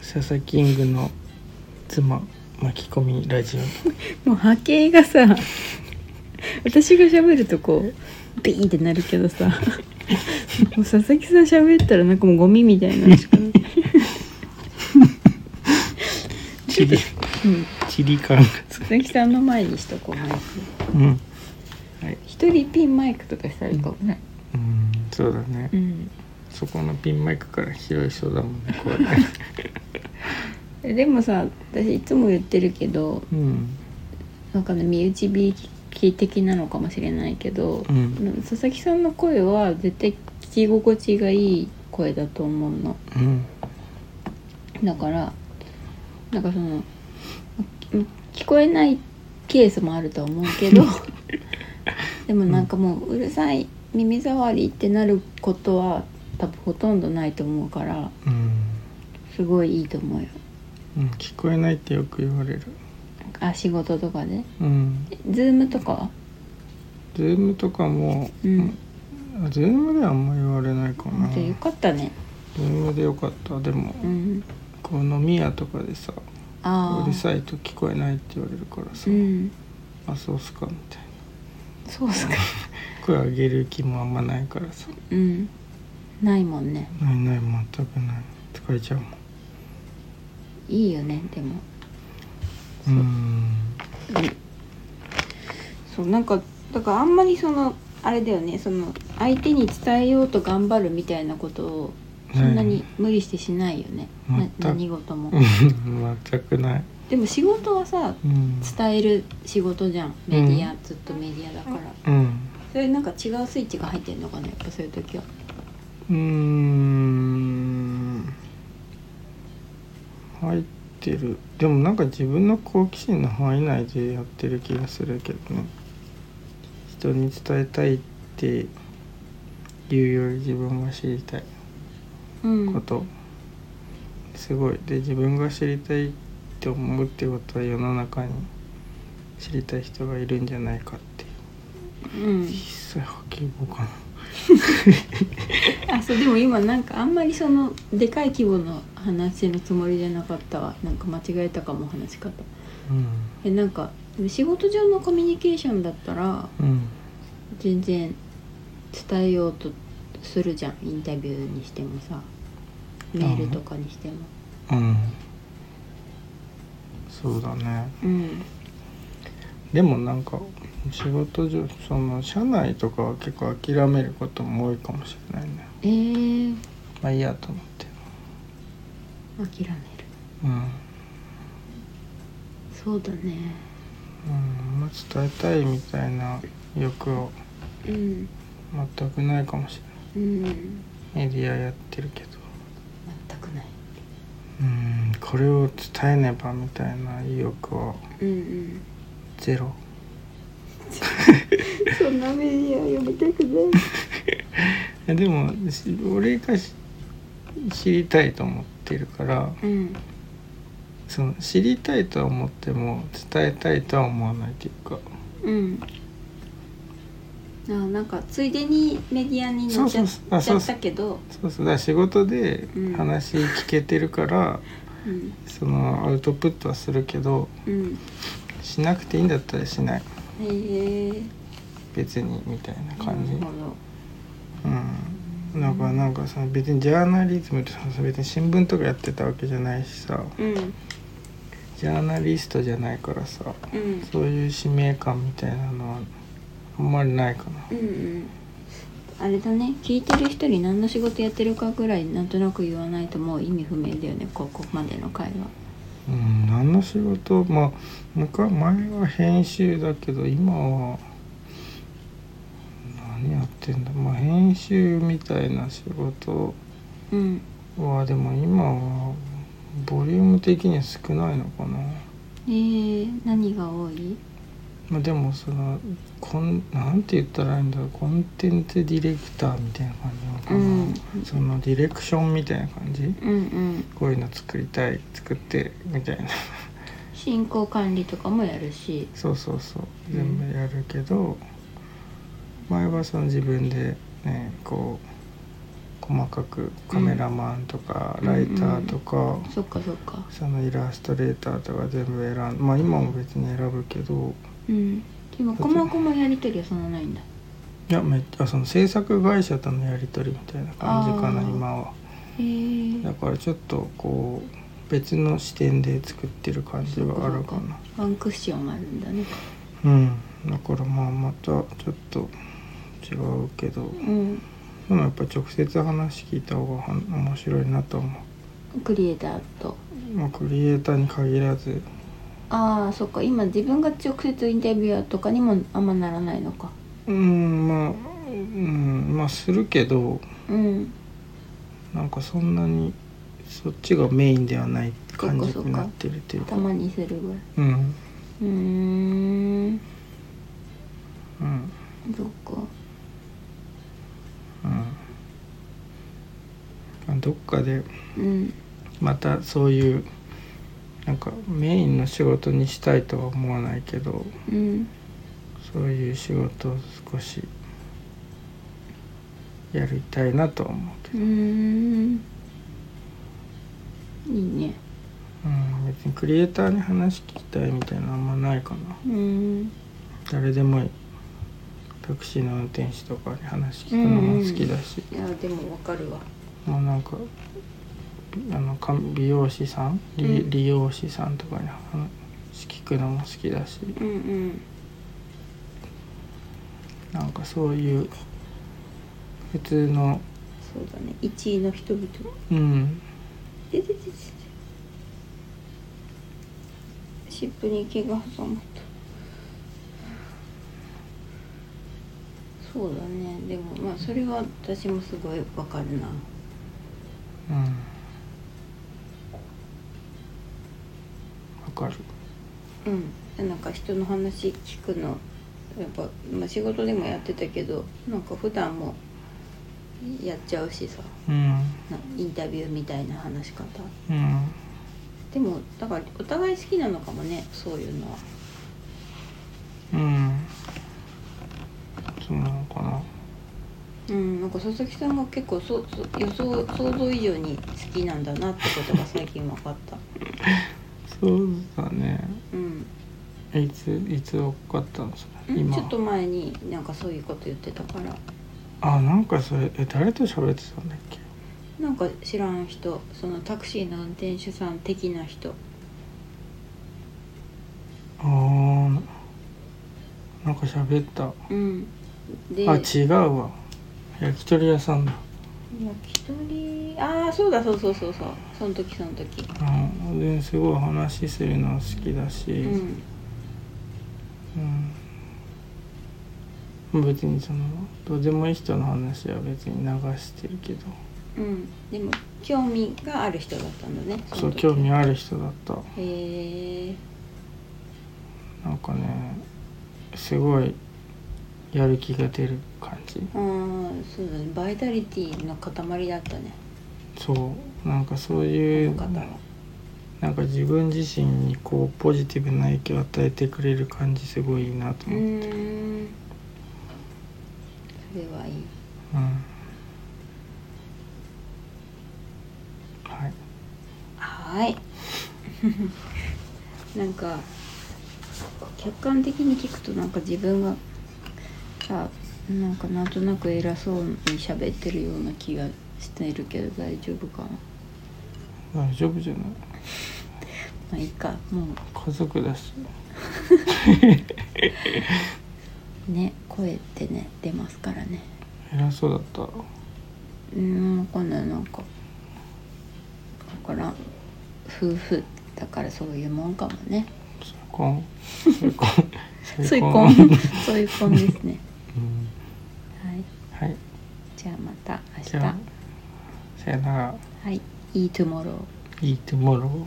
佐々木キングの妻巻き込みラジオもう波形がさ私が喋るとこうピーンってなるけどさもう佐々木さん喋ったらなんかもうゴミみたいなのしかない、チリうん、チリ感がす佐々木さんの前にしとこうマイクごいうんはい一人ピンマイクとかしたらいいかもねうんそうだねうんそこのピンマイクから拾いそうだもんねこれでもさ私いつも言ってるけどうんなんかね身内びき的なのかもしれないけど、うん佐々木さんの声は絶対聞き心地がいい声だと思うのうんだからなんかそのま聞こえないケースもあるとは思う けどでもなんかもううるさい耳障りってなることは多分ほとんどないと思うからうん、すごいいいと思うようん、聞こえないってよく言われるあ仕事とかでうんズームとかはズームとかもうんズームではあんま言われないかなじゃあズよかったねームでよかったでも、うんこう飲み屋とかでさあうあるさいと聞こえないって言われるからさ、うんあそうっすかみたいそうっすかな声上げる気もあんまないからさうんないもんねないない全くない疲れちゃうもんいいよねでもうーんそうなんかだからあんまりそのあれだよねその相手に伝えようと頑張るみたいなことをそんなに無理してしないよね、な全く何事も、うん 全くない、でも仕事はさうん、伝える仕事じゃんメディア、ずっとメディアだから、うんそれなんか違うスイッチが入ってんのかなやっぱそういう時はうーん入ってるでもなんか自分の好奇心の範囲内でやってる気がするけどね人に伝えたいっていうより自分が知りたいうこんと、すごいで自分が知りたいって思うってことは世の中に知りたい人がいるんじゃないかっていううん実際は希望かなあそうでも今なんかあんまりそのでかい規模の話のつもりじゃなかったわなんか間違えたかも話し方うんえなんか仕事上のコミュニケーションだったらうん全然伝えようとするじゃんインタビューにしてもさメールとかにしてもうんそうだねうんでもなんか仕事上その社内とかは結構諦めることも多いかもしれないねえー、まあいいやと思って諦めるうん、うん、そうだねまあ伝えたいみたいな欲をうん全くないかもしうんれないメディアやってるけど全くないうんこれを伝えねばみたいな意欲はうんうんゼロそんなメディア読みたくえでもし俺がし知りたいと思ってるからないうんその知りたいとは思っても伝えたいとは思わないというかうんあなんかついでにメディアにそ載うそうっちゃっそうあちゃそうっそたうけどそうそうだから仕事でうん話聞けてるから、うんそのアウトプットはするけどうんしなくていいんだったらしないへえー別にみたいな感じなるほどうんだからなんかさ別にジャーナリズムってさ別に新聞とかやってたわけじゃないしさうんジャーナリストじゃないからさうんそういう使命感みたいなのはあんまりないかなうんうんあれだね聞いてる人に何の仕事やってるかぐらいなんとなく言わないともう意味不明だよねここまでの会話うん、何の仕事まあ昔前は編集だけど今は何やってんだまあ編集みたいな仕事うんはでも今はボリューム的には少ないのかな、えー、何が多いまあ、でもそのこんなんて言ったらいいんだろうコンテンツディレクターみたいな感じなのかな、うんそのディレクションみたいな感じうんうんこういうの作りたい作ってみたいな 進行管理とかもやるしそうそうそううん全部やるけど、前はその自分でねこう細かくカメラマンとかライターとか、そっかそっかそのイラストレーターとか全部選んまあ今も別に選ぶけどうんでも細々やりとりはそんなないんだいやめっちゃその制作会社とのやり取りみたいな感じかなあー今はへえだからちょっとこう別の視点で作ってる感じはあるかなワンクッションあるんだねうんだからまあまたちょっと違うけどうんでもやっぱ直接話聞いた方がは面白いなと思クリエイターとう、まあ、クリエイターに限らずああそっか今自分が直接インタビュアーとかにもあんまならないのかうんまあうんまあするけどうんなんかそんなにそっちがメインではない感じになってるというかたまにするぐらいうんうーんうんそっかうんまあどっかでうんまたそういうなんかメインの仕事にしたいとは思わないけどうんそういう仕事を少しやりたいなとは思うけど、うーんいいねうん、別にクリエイターに話聞きたいみたいなのあんまないかなうーん誰でもいいタクシーの運転手とかに話聞くのも好きだし、いやでもわかるわもうなんかあのか美容師さん理,、うん理容師さんとかに話聞くのも好きだしうんうんなんかそういう普通のそうだね1位の人々うんででででで湿布に毛が挟まったそうだねでもまあそれは私もすごいわかるなうんわかるうんなんか人の話聞くのやっぱ、まあ、仕事でもやってたけどなんか普段もやっちゃうしさうんなインタビューみたいな話し方うんでもだからお互い好きなのかもねそういうのはうんそうなのかなうん、なんか佐々木さんが結構そうそう予想想像以上に好きなんだなってことが最近分かった。そうだねうん、いついつ分かったのそれん今ちょっと前になんかそういうこと言ってたから、あなんかそれえ誰と喋ってたんだっけなんか知らん人、そのタクシーの運転手さん的な人。あーななんか喋ったうん。で、あ焼違うわ焼き鳥屋さんだ、き鳥、ああそうだそうそうそうそう。その時その時。うん、ですごい話するのは好きだし、うん。うん、別にそのどうでもいい人の話は別に流してるけどうん。でも興味がある人だったんだね。そうの時興味ある人だったへえ。なんかねすごいやる気が出る感じああそうだね。バイタリティの塊だったね。そうなんかそうこいのう方は。なんか自分自身にこうポジティブな影響を与えてくれる感じすごいいいなとうー思って、んそれはいいうんはいはーい なんか客観的に聞くとなんか自分がさなんかなんとなく偉そうに喋ってるような気がしてるけど大丈夫かな大丈夫じゃないまあいいかも家族だしうね声ってね出ますからね偉そうだったうんわかんないなんかだからん夫婦だからそういうもんかもね再 婚再婚そういう再婚婚 そういう婚ですねうんはいはいじゃあまたじ明ゃあ日さよならはいいいトゥモローいいともろう